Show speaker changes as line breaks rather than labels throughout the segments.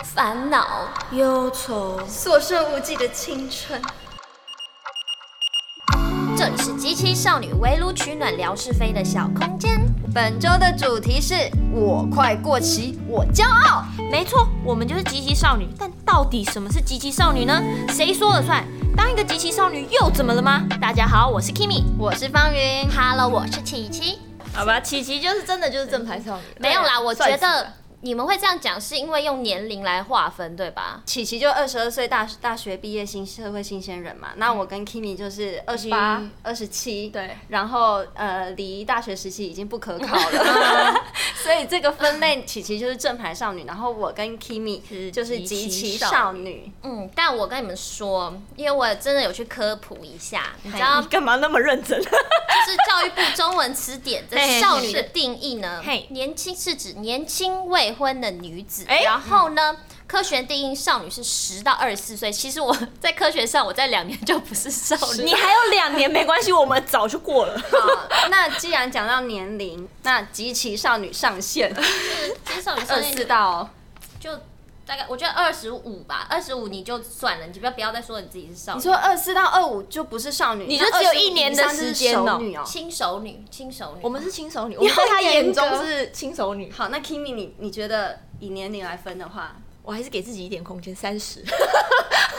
烦恼、
忧愁，
所剩无几的青春。
这里是机器少女微撸取暖聊是非的小空间。
本周的主题是我快过期，我骄傲。
没错，我们就是极其少女。但到底什么是极其少女呢？谁说了算？当一个极其少女又怎么了吗？大家好，我是 Kimi。
我是方云，
Hello，我是琪琪。
好吧，琪琪就是真的就是正牌少女，
没有啦，我
算
觉
是
得你们会这样讲是因为用年龄来划分，对吧？
琪琪就二十二岁大大学毕业新社会新鲜人嘛，那我跟 Kimi 就是二十八、二十七，
嗯对，
然后呃离大学时期已经不可考了，
嗯
所以这个分类琪琪就是正牌少女，然后我跟 Kimi 就是极
极
其
其
少女，
嗯，但我跟你们说，因为我真的有去科普一下，你知 道，就
干嘛那么认真？
是教育部中文词典的
嘿
少女的定义呢
嘿，
年轻是指年轻未婚的女子，
哎
然后呢？科学定义少女是十到二十四岁。其实我 在科学上，我在两年就不是少女。
你还有两年没关系，我们早就过了。
好，啊那既然讲到年龄，那极其少女 上线
其实少女
二
上
十
限
四到哦
就大概我觉得二十五吧，二十五你就算了，你不要不要再说你自己是少女。
你说二四到二五就不是少女，
你就
那
只有
25
一年的
以上就是
时间哦
熟女哦。
轻熟女，轻熟女，
我们是轻熟女，我们
好
在她眼
严格
中是轻熟女。
好，那 Kimi，你你觉得以年龄来分的话，
我还是给自己一点空间，三十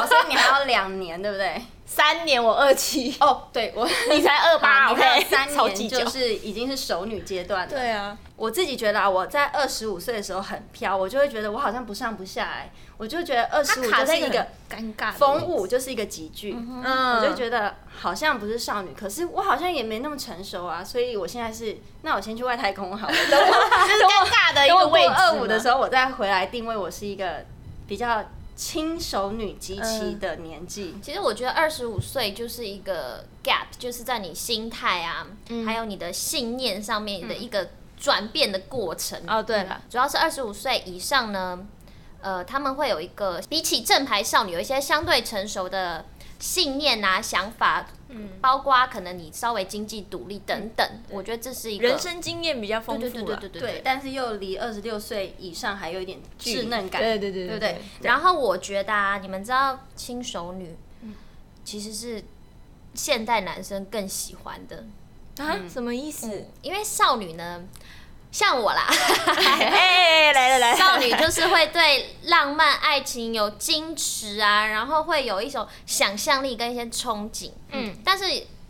好，所以你还要两年，对不对？
三年，我二七，
哦，对我，
你才二八，
你还
OK，
有三
超
年
计
就
较。
是已经是熟女阶段了。
对，啊，
我自己觉得啊，我在二十五岁的时候很飘，我就会觉得我好像不上不下哎、我就觉得二十五
卡
就
在
是
一个
一个
尴尬的
风
位置
舞，就是一个集聚。
嗯，
我就觉得好像不是少女，可是我好像也没那么成熟啊，所以我现在是，那我先去外太空好了，等我
这是尴尬的一
等我
个
过
位置。
二五的时候，我再回来定位我是一个比较轻熟女及
嗯
其的年纪。
其实我觉得二十五岁就是一个 gap，就是在你心态啊，
嗯
还有你的信念上面的一个转变的过程。
候，哦，对了，
主要是二十五岁以上呢，呃，他们会有一个比起正牌少女有一些相对成熟的信念啊、想法，嗯，包括可能你稍微经济独立等等。我觉得这是一个
人生经验比较丰富
对对
了。
对对对
对，但是又离二十六岁以上还有一点稚嫩感，
对对对
对不
对
对？
然后我觉得啊，你们知道轻熟女，其实是现代男生更喜欢的，
啊，什么意思？
因为少女呢，像我啦，
哎，来了来了，
少女就是会对浪漫爱情有矜持啊，然后会有一种想象力跟一些憧憬。嗯，但是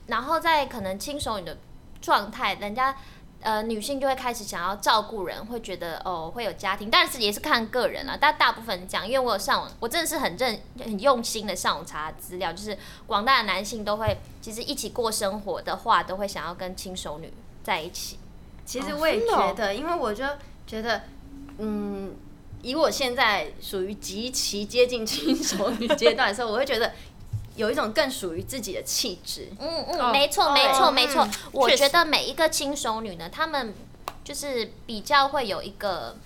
然后在可能轻熟女的状态，人家。呃，女性就会开始想要照顾人，会觉得哦会有家庭，但是也是看个人啦。但大部分讲，因为我有上网，我真的是很认很用心的上网查资料，就是广大的男性都会，其实一起过生活的话，都会想要跟轻熟女在一起。
其实我也
哦
觉得，因为我就觉得，嗯，以我现在属于极其接近轻熟女阶段的时候，我会觉得有一种更属于自己的气质。
嗯
哦
嗯，没错没错没
嗯
错，我觉得每一个轻熟女呢，她们就是比较会有一个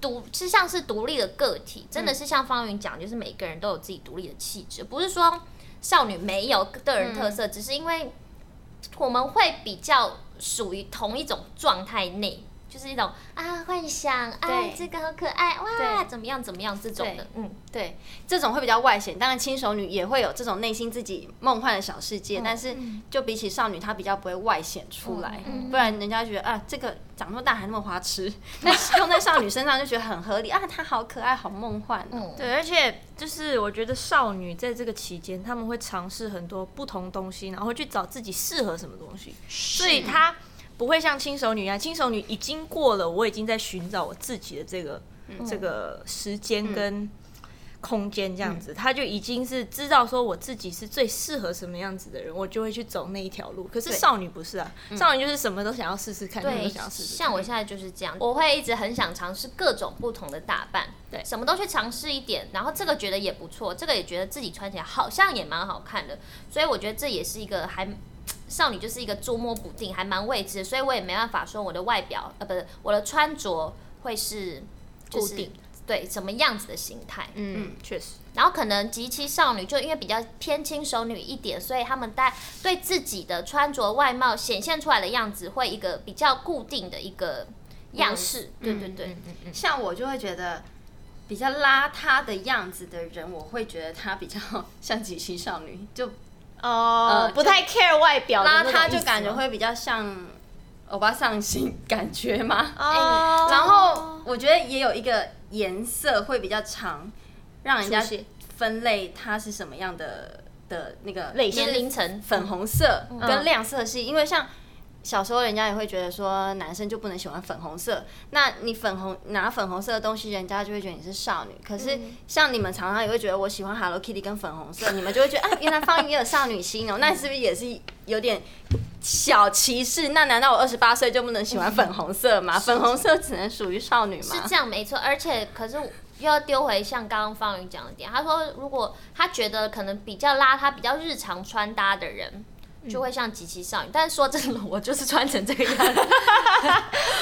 独，是像是独立的个体，真的
嗯
是像方云讲，就是每个人都有自己独立的气质，不是说少女没有个人
嗯
特色，只是因为我们会比较属于同一种状态内。就是一种啊幻想，啊
对
这个好可爱哇，
对
怎么样怎么样这种的
对，
嗯，
对，这种会比较外显。当然，轻熟女也会有这种内心自己梦幻的小世界，但是就比起少女，她比较不会外显出来，
嗯嗯
不然人家觉得啊，这个长那么大还那么花 痴，但是用在少女身上就觉得很合理啊，她好可爱，好梦幻、
嗯
哦。
对，而且就是我觉得少女在这个期间，她们会尝试很多不同东西，然后去找自己适合什么东西，所以她不会像轻熟女一样，轻熟女已经过了，我已经在寻找我自己的这个、这个时间跟空间这样子，她就已经是知道说我自己是最适合什么样子的人，我就会去走那一条路。可是少女不是啊，少女就是什么都想要试试看，什么
对
都想要，试试看。
像我现在就是这样，我会一直很想尝试各种不同的打扮，对，什么都去尝试一点，然后这个觉得也不错，这个也觉得自己穿起来好像也蛮好看的，所以我觉得这也是一个还嗯少女就是一个捉摸不定，还蛮未知的，所以我也没办法说我的外表，呃，不是我的穿着会是就是
固定
对什么样子的形态，嗯。
嗯，确实，
然后可能极其少女就因为比较偏轻熟女一点，所以她们在对自己的穿着外貌显现出来的样子，会一个
嗯
比较固定的一个样式。对对对，
像我就会觉得，比较邋遢的样子的人，我会觉得他比较像极其少女，就
哦
呃，
不太 care 外表的那
邋
种
遢
意思
就感觉
吗
会比较像欧巴丧型感觉吗？
哦，
然后我觉得也有一个颜色会比较长，让人家
出现
分类它是什么样的的那个
类型
年龄层
粉红色跟亮色系，因为像小时候人家也会觉得说男生就不能喜欢粉红色，那你粉红拿粉红色的东西，人家就会觉得你是少女。可是像你们常常也会觉得我喜欢 Hello Kitty 跟粉红色，你们就会觉得啊，原来方也有少女心哦，那是不是也是有点？小歧视，那难道我二十八岁就不能喜欢粉红色 吗？粉红色只能属于少女吗？
是这样没错，而且可是又要丢回像刚刚方云讲的点，他说如果他觉得可能比较邋遢、比较日常穿搭的人。就会像极其少女，但是说真的，我就是穿成这个样子，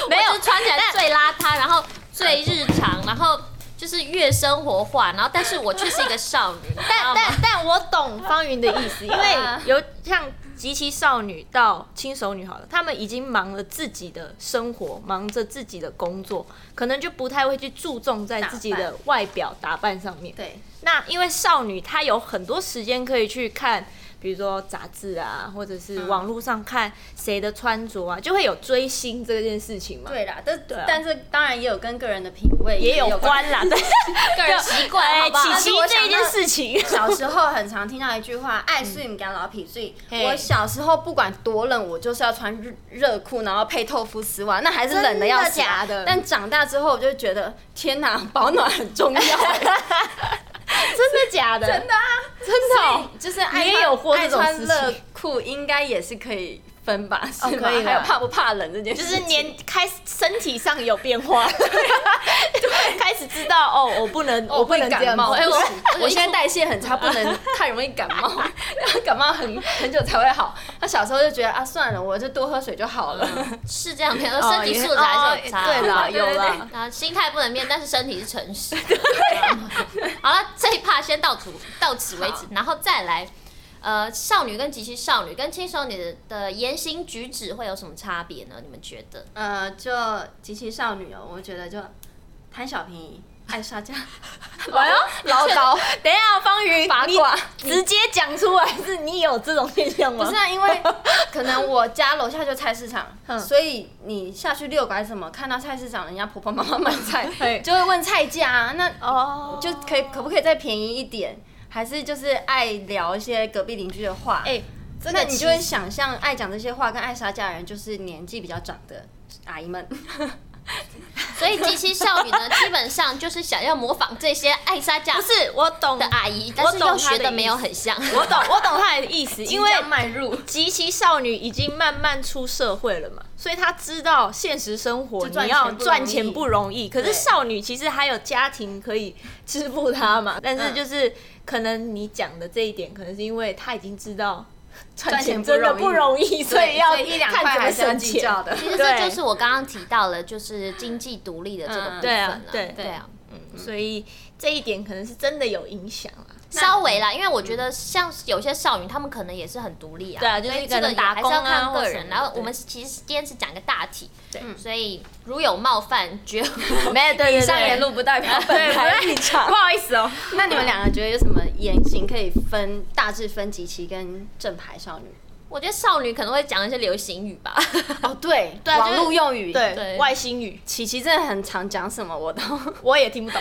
没有穿起来最邋遢，然后最日常，然后就是越生活化，然后但是我却是一个少女，
但
但
但 但我懂方云的意思，因为有像极其少女到轻熟女好了，她们已经忙了自己的生活，忙着自己的工作，可能就不太会去注重在自己的外表打扮上面。
对，
那因为少女她有很多时间可以去看，比如说杂志啊，或者是网络上看谁的穿着啊，就会有追星这件事情嘛。
对啦，但
啊
但是当然也有跟个人的品味
也有关啦，对，
个人习惯，
哎
好不好？
琪琪
但是我想
这
到
一件事情，
小时候很常听到一句话“爱睡不敢老皮睡”，
嘿
我小时候不管多冷，我就是要穿热热裤，然后配透肤丝袜，那还是冷的要死啊
真的假的
但长大之后，我就觉得天哪，保暖很 重要，
真的假的？ 真的啊，真的哦、
就是爱
你也
穿
有过这
爱
种
穿
事情
热裤，应该也是可以分吧？是吗？
哦可以啦
还有怕不怕冷这件
就
事
是
情，
年开始身体上有变化， 对， 开始知道哦，我不能，我不
会
能这
感
样
冒，哎、
子。
我我现在代谢很差，不能太容易感 冒，要感冒很很久才会好。他小时候就觉得啊，算了，我就多喝水就好了。
嗯
哦
是这样没有，身体素质还是有差。
对啦，
对 对
有
对
啦。
啊，心态不能变，但是身体是诚 实。 好了，这一趴先到此到此为止，然后再来，呃，少女跟极其少女跟青少女的的言行举止会有什么差别呢？你们觉得？
呃，就极其少女哦，我觉得就贪小便宜，爱杀 价，哎呦，唠 叨。
等一
哦
下，方云，
八
你
卦
直接讲出来，是你有这种现象吗？
不是啊，因为可能我家楼下就菜市 场，
嗯
所以你下去遛狗还是什么，看到菜市场人家婆婆妈妈买菜，
嘿
就会问菜价啊，那
哦，
就可以可不可以再便宜一点？还是就是爱聊一些隔壁邻居的话？
哎，这
那
个
你就会想象爱讲这些话跟爱杀价的人就是年纪比较长的阿姨 们。
所以极其少女呢，基本上就是想要模仿这些爱莎家
不是我懂
的阿姨，但
我
是
懂
又
她
学
的
的没有
意思
很像。
我懂，我懂他的意思，因为
即将迈入
极其少女已经慢慢出社会了嘛，所以她知道现实生活
就赚
你
钱不
要
容易
赚钱不容易。可是
对
少女其实还有家庭可以支付她嘛，但是就是可能你讲的这一点，可能是因为她已经知道 赚钱真的不容易，所以要
所以一两块
看怎么
还是要
省
计
钱。
较的。
其实这就是我刚刚提到了，就是经济独立的这个部
嗯
分
对啊
了。
对
对啊。
所以这一点可能是真的有影响啊。
稍微啦，因为我觉得像有些少女，她们可能也是很独立啊，
对啊就是
所以这
可
个
能
也
打
还是要
工啊
看
或
个
什
人。
么
然后
对
我们其实今天是讲个大体，嗯
对
所以如有冒犯， 绝
没有，对
以上言论不代表本
对，
台
不
立
立
场
场，不。好意思哦。
那你们两个觉得有什么言行可以分大致分极其跟正牌少女？
我觉得少女可能会讲一些流行语吧。
哦，对，
啊
网
就是
络用语。，
对
对，外星语
琪琪真的很常讲什么，我都
我也听不懂，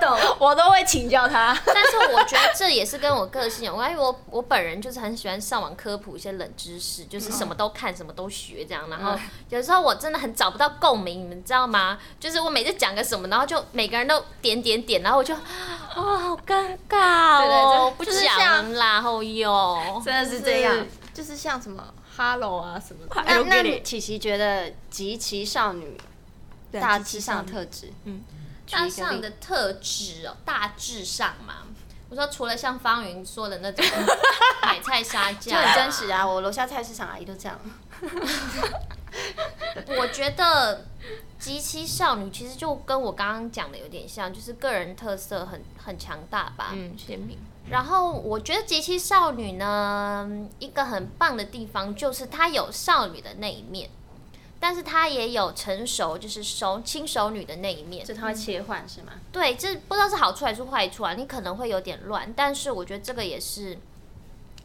懂。
我都会请教她。
但是我觉得这也是跟我个性有关，因为我我本人就是很喜欢上网科普一些冷知识，就是什么都看，什么都学这样。然
嗯
后有时候我真的很找不到共鸣，你们知道吗？就是我每次讲个什么，然后就每个人都点点点，然后我就啊、好尴尬
对对
哦
就，
不
就是像
讲啦，好哟。
真的是
这
这样
样。，就是像什么 Hello 啊什么的。
那那哎你琪琪觉得极其少女大致上的特质，
大上的特质哦，大致上嘛。我说除了像方云说的那 种买菜 杀价，
就很真实啊！我楼下菜市场阿姨都这样。
我觉得极其少女其实就跟我刚刚讲的有点像，就是个人特色很很强大吧。
嗯，鲜明。
然后我觉得极其少女呢，一个很棒的地方就是她有少女的那一面，但是她也有成熟，就是熟轻熟女的那一面
就。它会切换是吗？
对，这不知道是好处还是坏处啊，你可能会有点乱，但是我觉得这个也是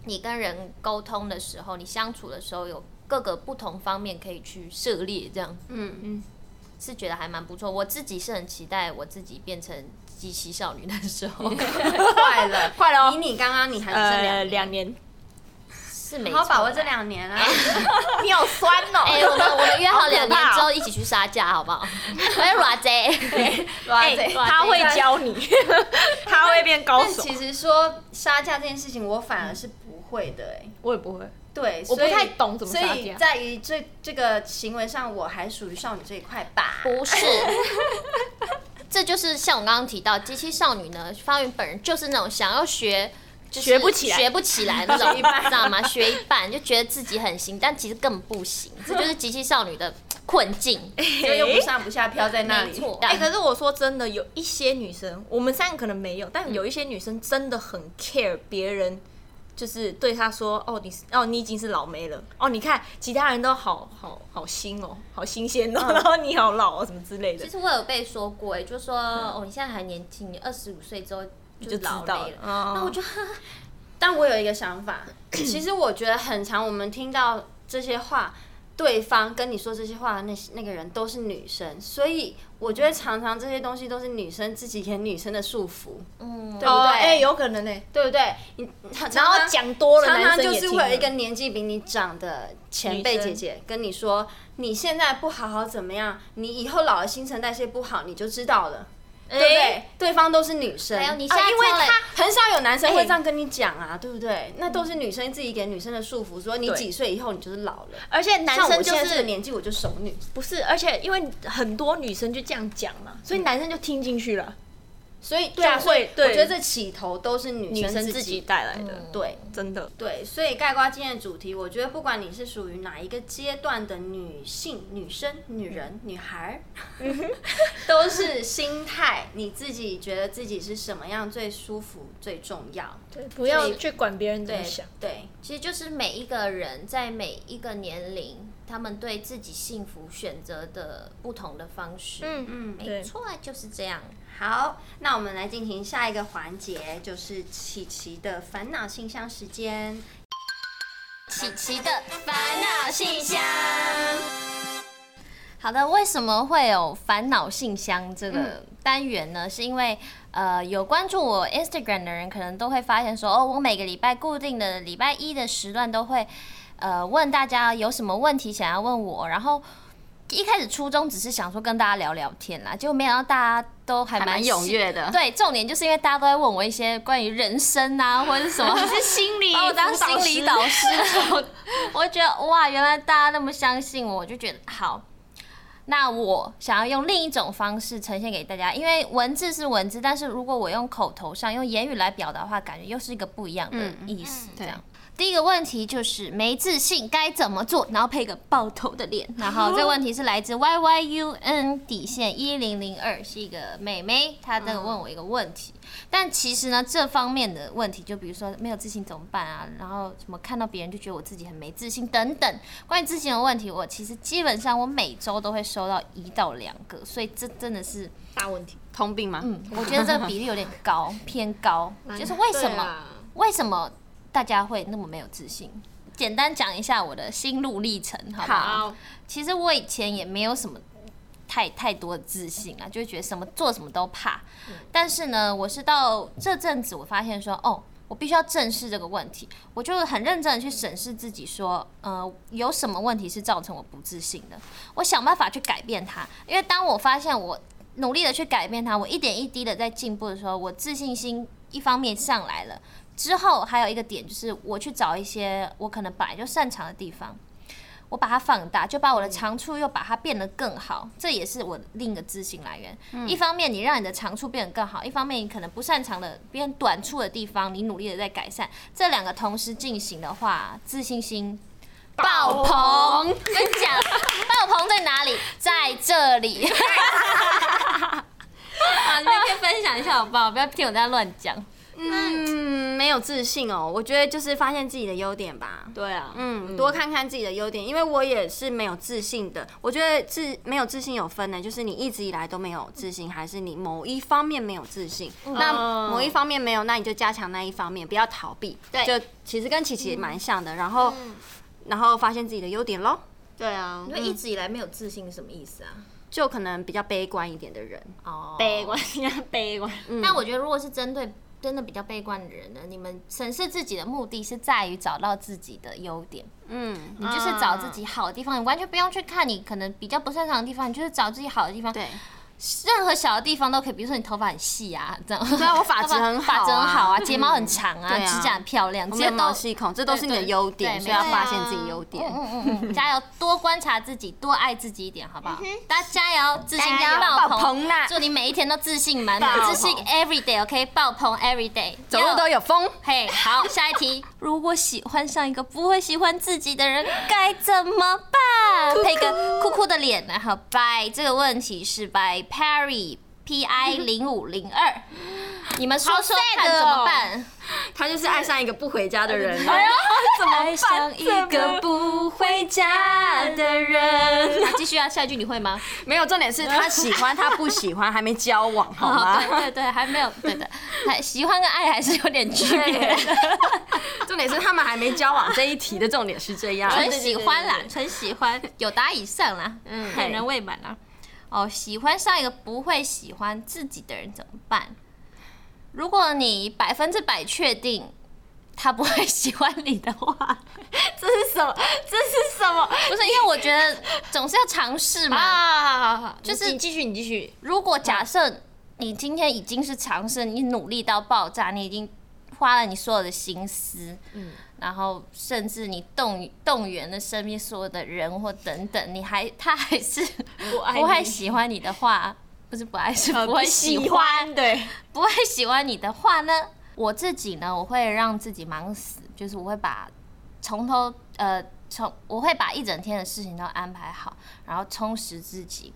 你跟人沟通的时候，你相处的时候有各个不同方面可以去涉猎，这样
嗯嗯，
是觉得还蛮不错。我自己是很期待我自己变成机器少女的时候，
快了
快了哦
以你刚刚你还剩
呃，
两年，
两年，
是没错
好
啦。
好把握这两 年啊！
你好酸哦！
哎、我们 我们约好两年之
好可怕
后一起去杀价，好不好？我要软贼，
啊哇
哎、
这
他会教你， 他会变高
但
手。
其实说杀价这件事情，我反而是不会的哎、
我也不会，
对，
我不
所以
太懂怎么杀价
所以在于这这个行为上，我还属于少女这一块吧。
不是。 这就是像我刚刚提到，机器少女呢，方云本人就是那种想要学。就是
学不起来
学不起来那种，知道吗？学一半就觉得自己很行，但其实根本不行，这就是机器少女的困境。
就又不上不下飘在那里。
没错
哎、可是我说真的，有一些女生，我们三个可能没有，
嗯
但有一些女生真的很 care 别人，就是对她说：“哦，你是哦，你已经是老妹了，哦，你看其他人都好好好新哦，好新鲜
嗯
哦，然后你好老哦，什么之类的
其。实我有被说过、哎，就说、哦，你现在还年轻，你二十五岁之后就
就知
老
道
累了。
了，哦
那我就
但我有一个想 法，其实我觉得很常我们听到这些话，对方跟你说这些话的那些那个人都是女生，所以我觉得常常这些东西都是女生自己给女生的束缚，
嗯，
对不
哦，
对？
哎、有可能呢、
对不对？你然
然后讲多了，
常常
男生
就
也
是
听
会有一
了
个年纪比你长的前辈
女
姐
生
姐跟你说，你现在不好好怎么样，你以后老了新陈代谢不好，你就知道了，对不对
哎？
对方都是女生，
还有你
啊
现在
因为
挑了
他很少有男生会这样跟你讲啊，对不对？那都是女生自己给女生的束缚，说你
嗯对
几岁以后你就是老了。
而且男
像
生
我
就
现在这个
是
年纪，我就熟女，
不是，而且因为很多女生就这样讲嘛，所以男生就听进去了，
所以
对啊
所以
会对
我觉得这起头都是女
女
嗯生
生
自
自己带来的，
嗯
对。
真的。
对，所以盖瓜今天的主题，我觉得不管你是属于哪一个阶段的女性、女生、女人、女孩儿， 都是心态，你自己觉得自己是什么样最舒服、最重要。
对，不要去管别人怎么
对
想。
对，
其实就是每一个人在每一个年龄，他们对自己幸福选择的不同的方式。嗯，
嗯，
没错，就是这样。
好，那我们来进行下一个环节，就是琪琪的烦恼信箱时间。
琪琪的烦恼信箱。好的，为什么会有烦恼信箱这个单元呢？是因为呃，有关注我 Instagram 的人可能都会发现说，哦，我每个礼拜固定的礼拜一的时段都会呃问大家有什么问题想要问我，然后。一开始初衷只是想说跟大家聊聊天啦，结果没想到大家都还蛮
还蛮踊跃的
对，重点就是因为大家都在问我一些关于人生啊，或者是什么，
是心理
把我当心理导 师那种，我就觉得哇，原来大家那么相信我，我就觉得好。那我想要用另一种方式呈现给大家，因为文字是文字，但是如果我用口头上用言语来表达的话，感觉又是一个不一样的意思。这样，第一个问题就是没自信该怎么做，然后配一个爆头的脸。然后这个问题是来自 Y Y U N 底线一零零二，是一个妹妹，她这个问我一个问题。但其实呢，这方面的问题，就比如说没有自信怎么办啊，然后什么看到别人就觉得我自己很没自信等等，关于自信的问题，我其实基本上我每周都会收到一到两个，所以这真的是，
大问题，
通病吗？
嗯，我觉得这个比例有点高，偏高，就是为什么、为什么大家会那么没有自信？简单讲一下我的心路历程，好不好？
啊好，
其实我以前也没有什么太太多的自信啊，就觉得什么做什么都怕。但是呢，我是到这阵子我发现说，哦，我必须要正视这个问题，我就很认真的去审视自己，说，呃，有什么问题是造成我不自信的？我想办法去改变它，因为当我发现我努力的去改变它，我一点一滴的在进步的时候，我自信心一方面上来了。之后还有一个点就是，我去找一些我可能本来就擅长的地方，我把它放大，就把我的长处又把它变得更好，这也是我另一个自信来源。一方面你让你的长处变得更好，一方面你可能不擅长的、变短处的地方，你努力的在改善。这两个同时进行的话，自信心爆棚。跟你讲， 爆棚在哪里？在这里。
哦
啊，你们可以分享一下好不好？不要听我在乱讲。
嗯，没有自信哦。我觉得就是发现自己的优点吧。
对啊，
嗯，多看看自己的优点，因为我也是没有自信的。我觉得自没有自信有分的，就是你一直以来都没有自信，还是你某一方面没有自信。
嗯哦
那某一方面没有，那你就加强那一方面，不要逃避。
对
就其实跟琪琪蛮像
嗯
的。然后，然后发现自己的优点喽，
对啊，
嗯
因为一直以来没有自信是什么意思啊？
就可能比较悲观一点的人。
哦，
悲观，应该悲观。
嗯
嗯
但我觉得，如果是针对真的比较悲观的人呢，你们审视自己的目的是在于找到自己的优点，
嗯，
你就是找自己好的地方，你完全不用去看你可能比较不擅长的地方，你就是找自己好的地方。
对，
任何小的地方都可以，比如说你头发很细啊，这样。对
啊我发质很好啊
发质很好啊， 睫毛很长啊，
对啊
指甲很漂亮，这
没
些
有毛
都。
细孔，这都是你的
对对
优
对
点，所以
没
要
错
发现自己优点。
嗯嗯嗯，加油！多观察自己，多爱自己一点，好不
嗯
好？大家加油，自信
加油
爆
爆棚啦
祝你每一天都自信满
爆
满，
棚
自信 every day，OK，、爆棚 every day，
走路都有风。
嘿好，下一题，如果喜欢上一个不会喜欢自己的人，该怎么办？配个酷酷的脸，然后 by 这个问题是 by Perry P I 零五零二，你们说说看怎么办？
他就是爱上一个不回家的人。
爱上一个不回家的人。好，继续啊，下一句你会吗？
没有，重点是他喜欢，他不喜欢，还没交往，好
哦，
吗？
对对对，还没有，对的，还喜欢跟爱还是有点区别的，
重点是他们还没交往，这一题的重点是这 样。
纯喜欢啦，纯喜欢，有答以上啦，嗯，恋人未满啦。哦，喜欢上一个不会喜欢自己的人怎么办？如果你百分之百确定他不会喜欢你的话，
这是什么？这是什么
不是因为我觉得总是要尝试嘛，
啊？好好好，
就
你
是
继续，你继续。
如果假设你今天已经是尝试，你努力到爆炸，你已经花了你所有的心思，嗯，然后甚至你动动员了身边所有的人或等等，你还 他还是
不爱
不会喜欢你的话，不是不爱是呃不会喜欢，
欢，对，
不会喜欢你的话呢，我自己呢，我会让自己忙死，就是我会把从头呃从我会把一整天的事情都安排好，然后充实自己，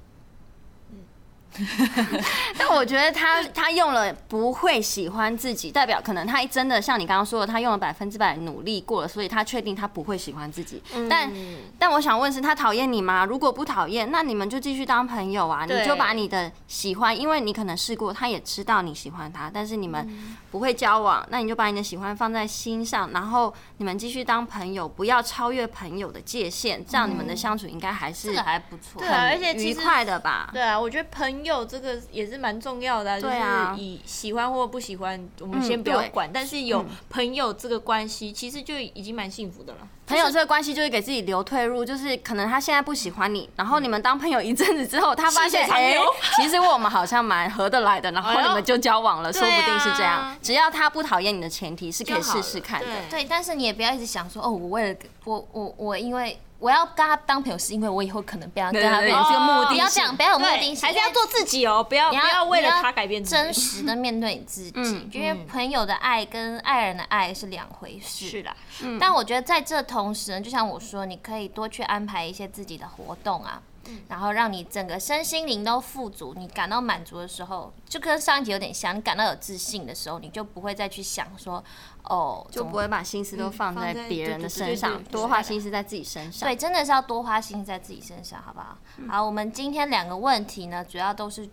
但我觉得他他用了不会喜欢自己，代表可能他真的像你刚刚说的，他用了百分之百努力过了，所以他确定他不会喜欢自己。但
嗯
但我想问是，他讨厌你吗？如果不讨厌，那你们就继续当朋友啊，
对
你就把你的喜欢，因为你可能试过，他也知道你喜欢他，但是你们
嗯
不会交往，那你就把你的喜欢放在心上，然后你们继续当朋友，不要超越朋友的界限，这样你们的相处应该还是
这个还不错。
嗯对啊而且
愉
其实
快的吧？
对啊，我觉得朋友这个也是蛮重要的、啊，就
对啊嗯
是以喜欢或不喜欢，我们先不要
对嗯
管，但是有朋友这个关系，其实就已经蛮幸福的了。
朋友这个关系就是给自己留退路，就是可能他现在不喜欢你，然后你们当朋友一阵子之后，他发现
细水长
哎、
流
其实我们好像蛮合得来的，然后
哎呦
你们就交往了，说不定是这
对
样
啊。
只要他不讨厌你的前提是可以试试看的。
对
对，但是你也不要一直想说哦，我为了我我我因为我要跟他当朋友，是因为我以后可能不要跟他
对
变成
对对
这个目
哦
的，不要这样，不要有目的性，
还是要
因为
做自己哦，不要不
你要
要为了
你要
他改变自
真
己。
实的面对你自己
嗯，
因为朋友的爱跟爱人的爱是两回事。
是嗯啦，
但我觉得在这同时呢，就像我说，你可以多去安排一些自己的活动啊，
嗯
然后让你整个身心灵都富足，你感到满足的时候，就跟上一集有点像，你感到有自信的时候，你就不会再去想说，哦，
就
怎么
不会把心思都放在
嗯放在
别人的身
对
上
对，对对
多花心思在自己身上。
对，真的是要多花心在自己身上，好不好？好，我们今天两个问题呢，主要都是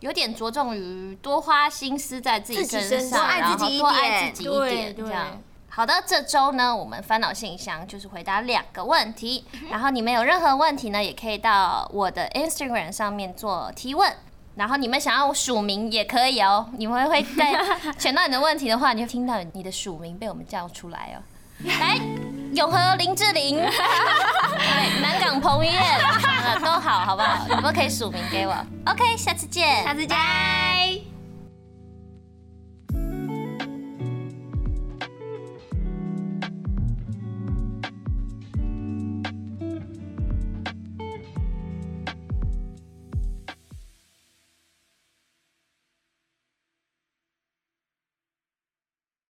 有点着重于多花心思在自己
自己
身
身
上，
上
然后多
多
爱
爱
自
自
己
己
一
一
点，
点
这
对
样
对。
好的，这周呢，我们烦恼信箱就是回答两个问题， 然后你们有任何问题呢，也可以到我的 Instagram 上面做提问。然后你们想要我署名也可以哦，你们 会在选到你的问题的话，你会听到你的署名被我们叫出来哦。来，永和林志 玲，对，南港彭于晏，呃都好，好不好？你们可以署名给我。OK，下次见，
下次见。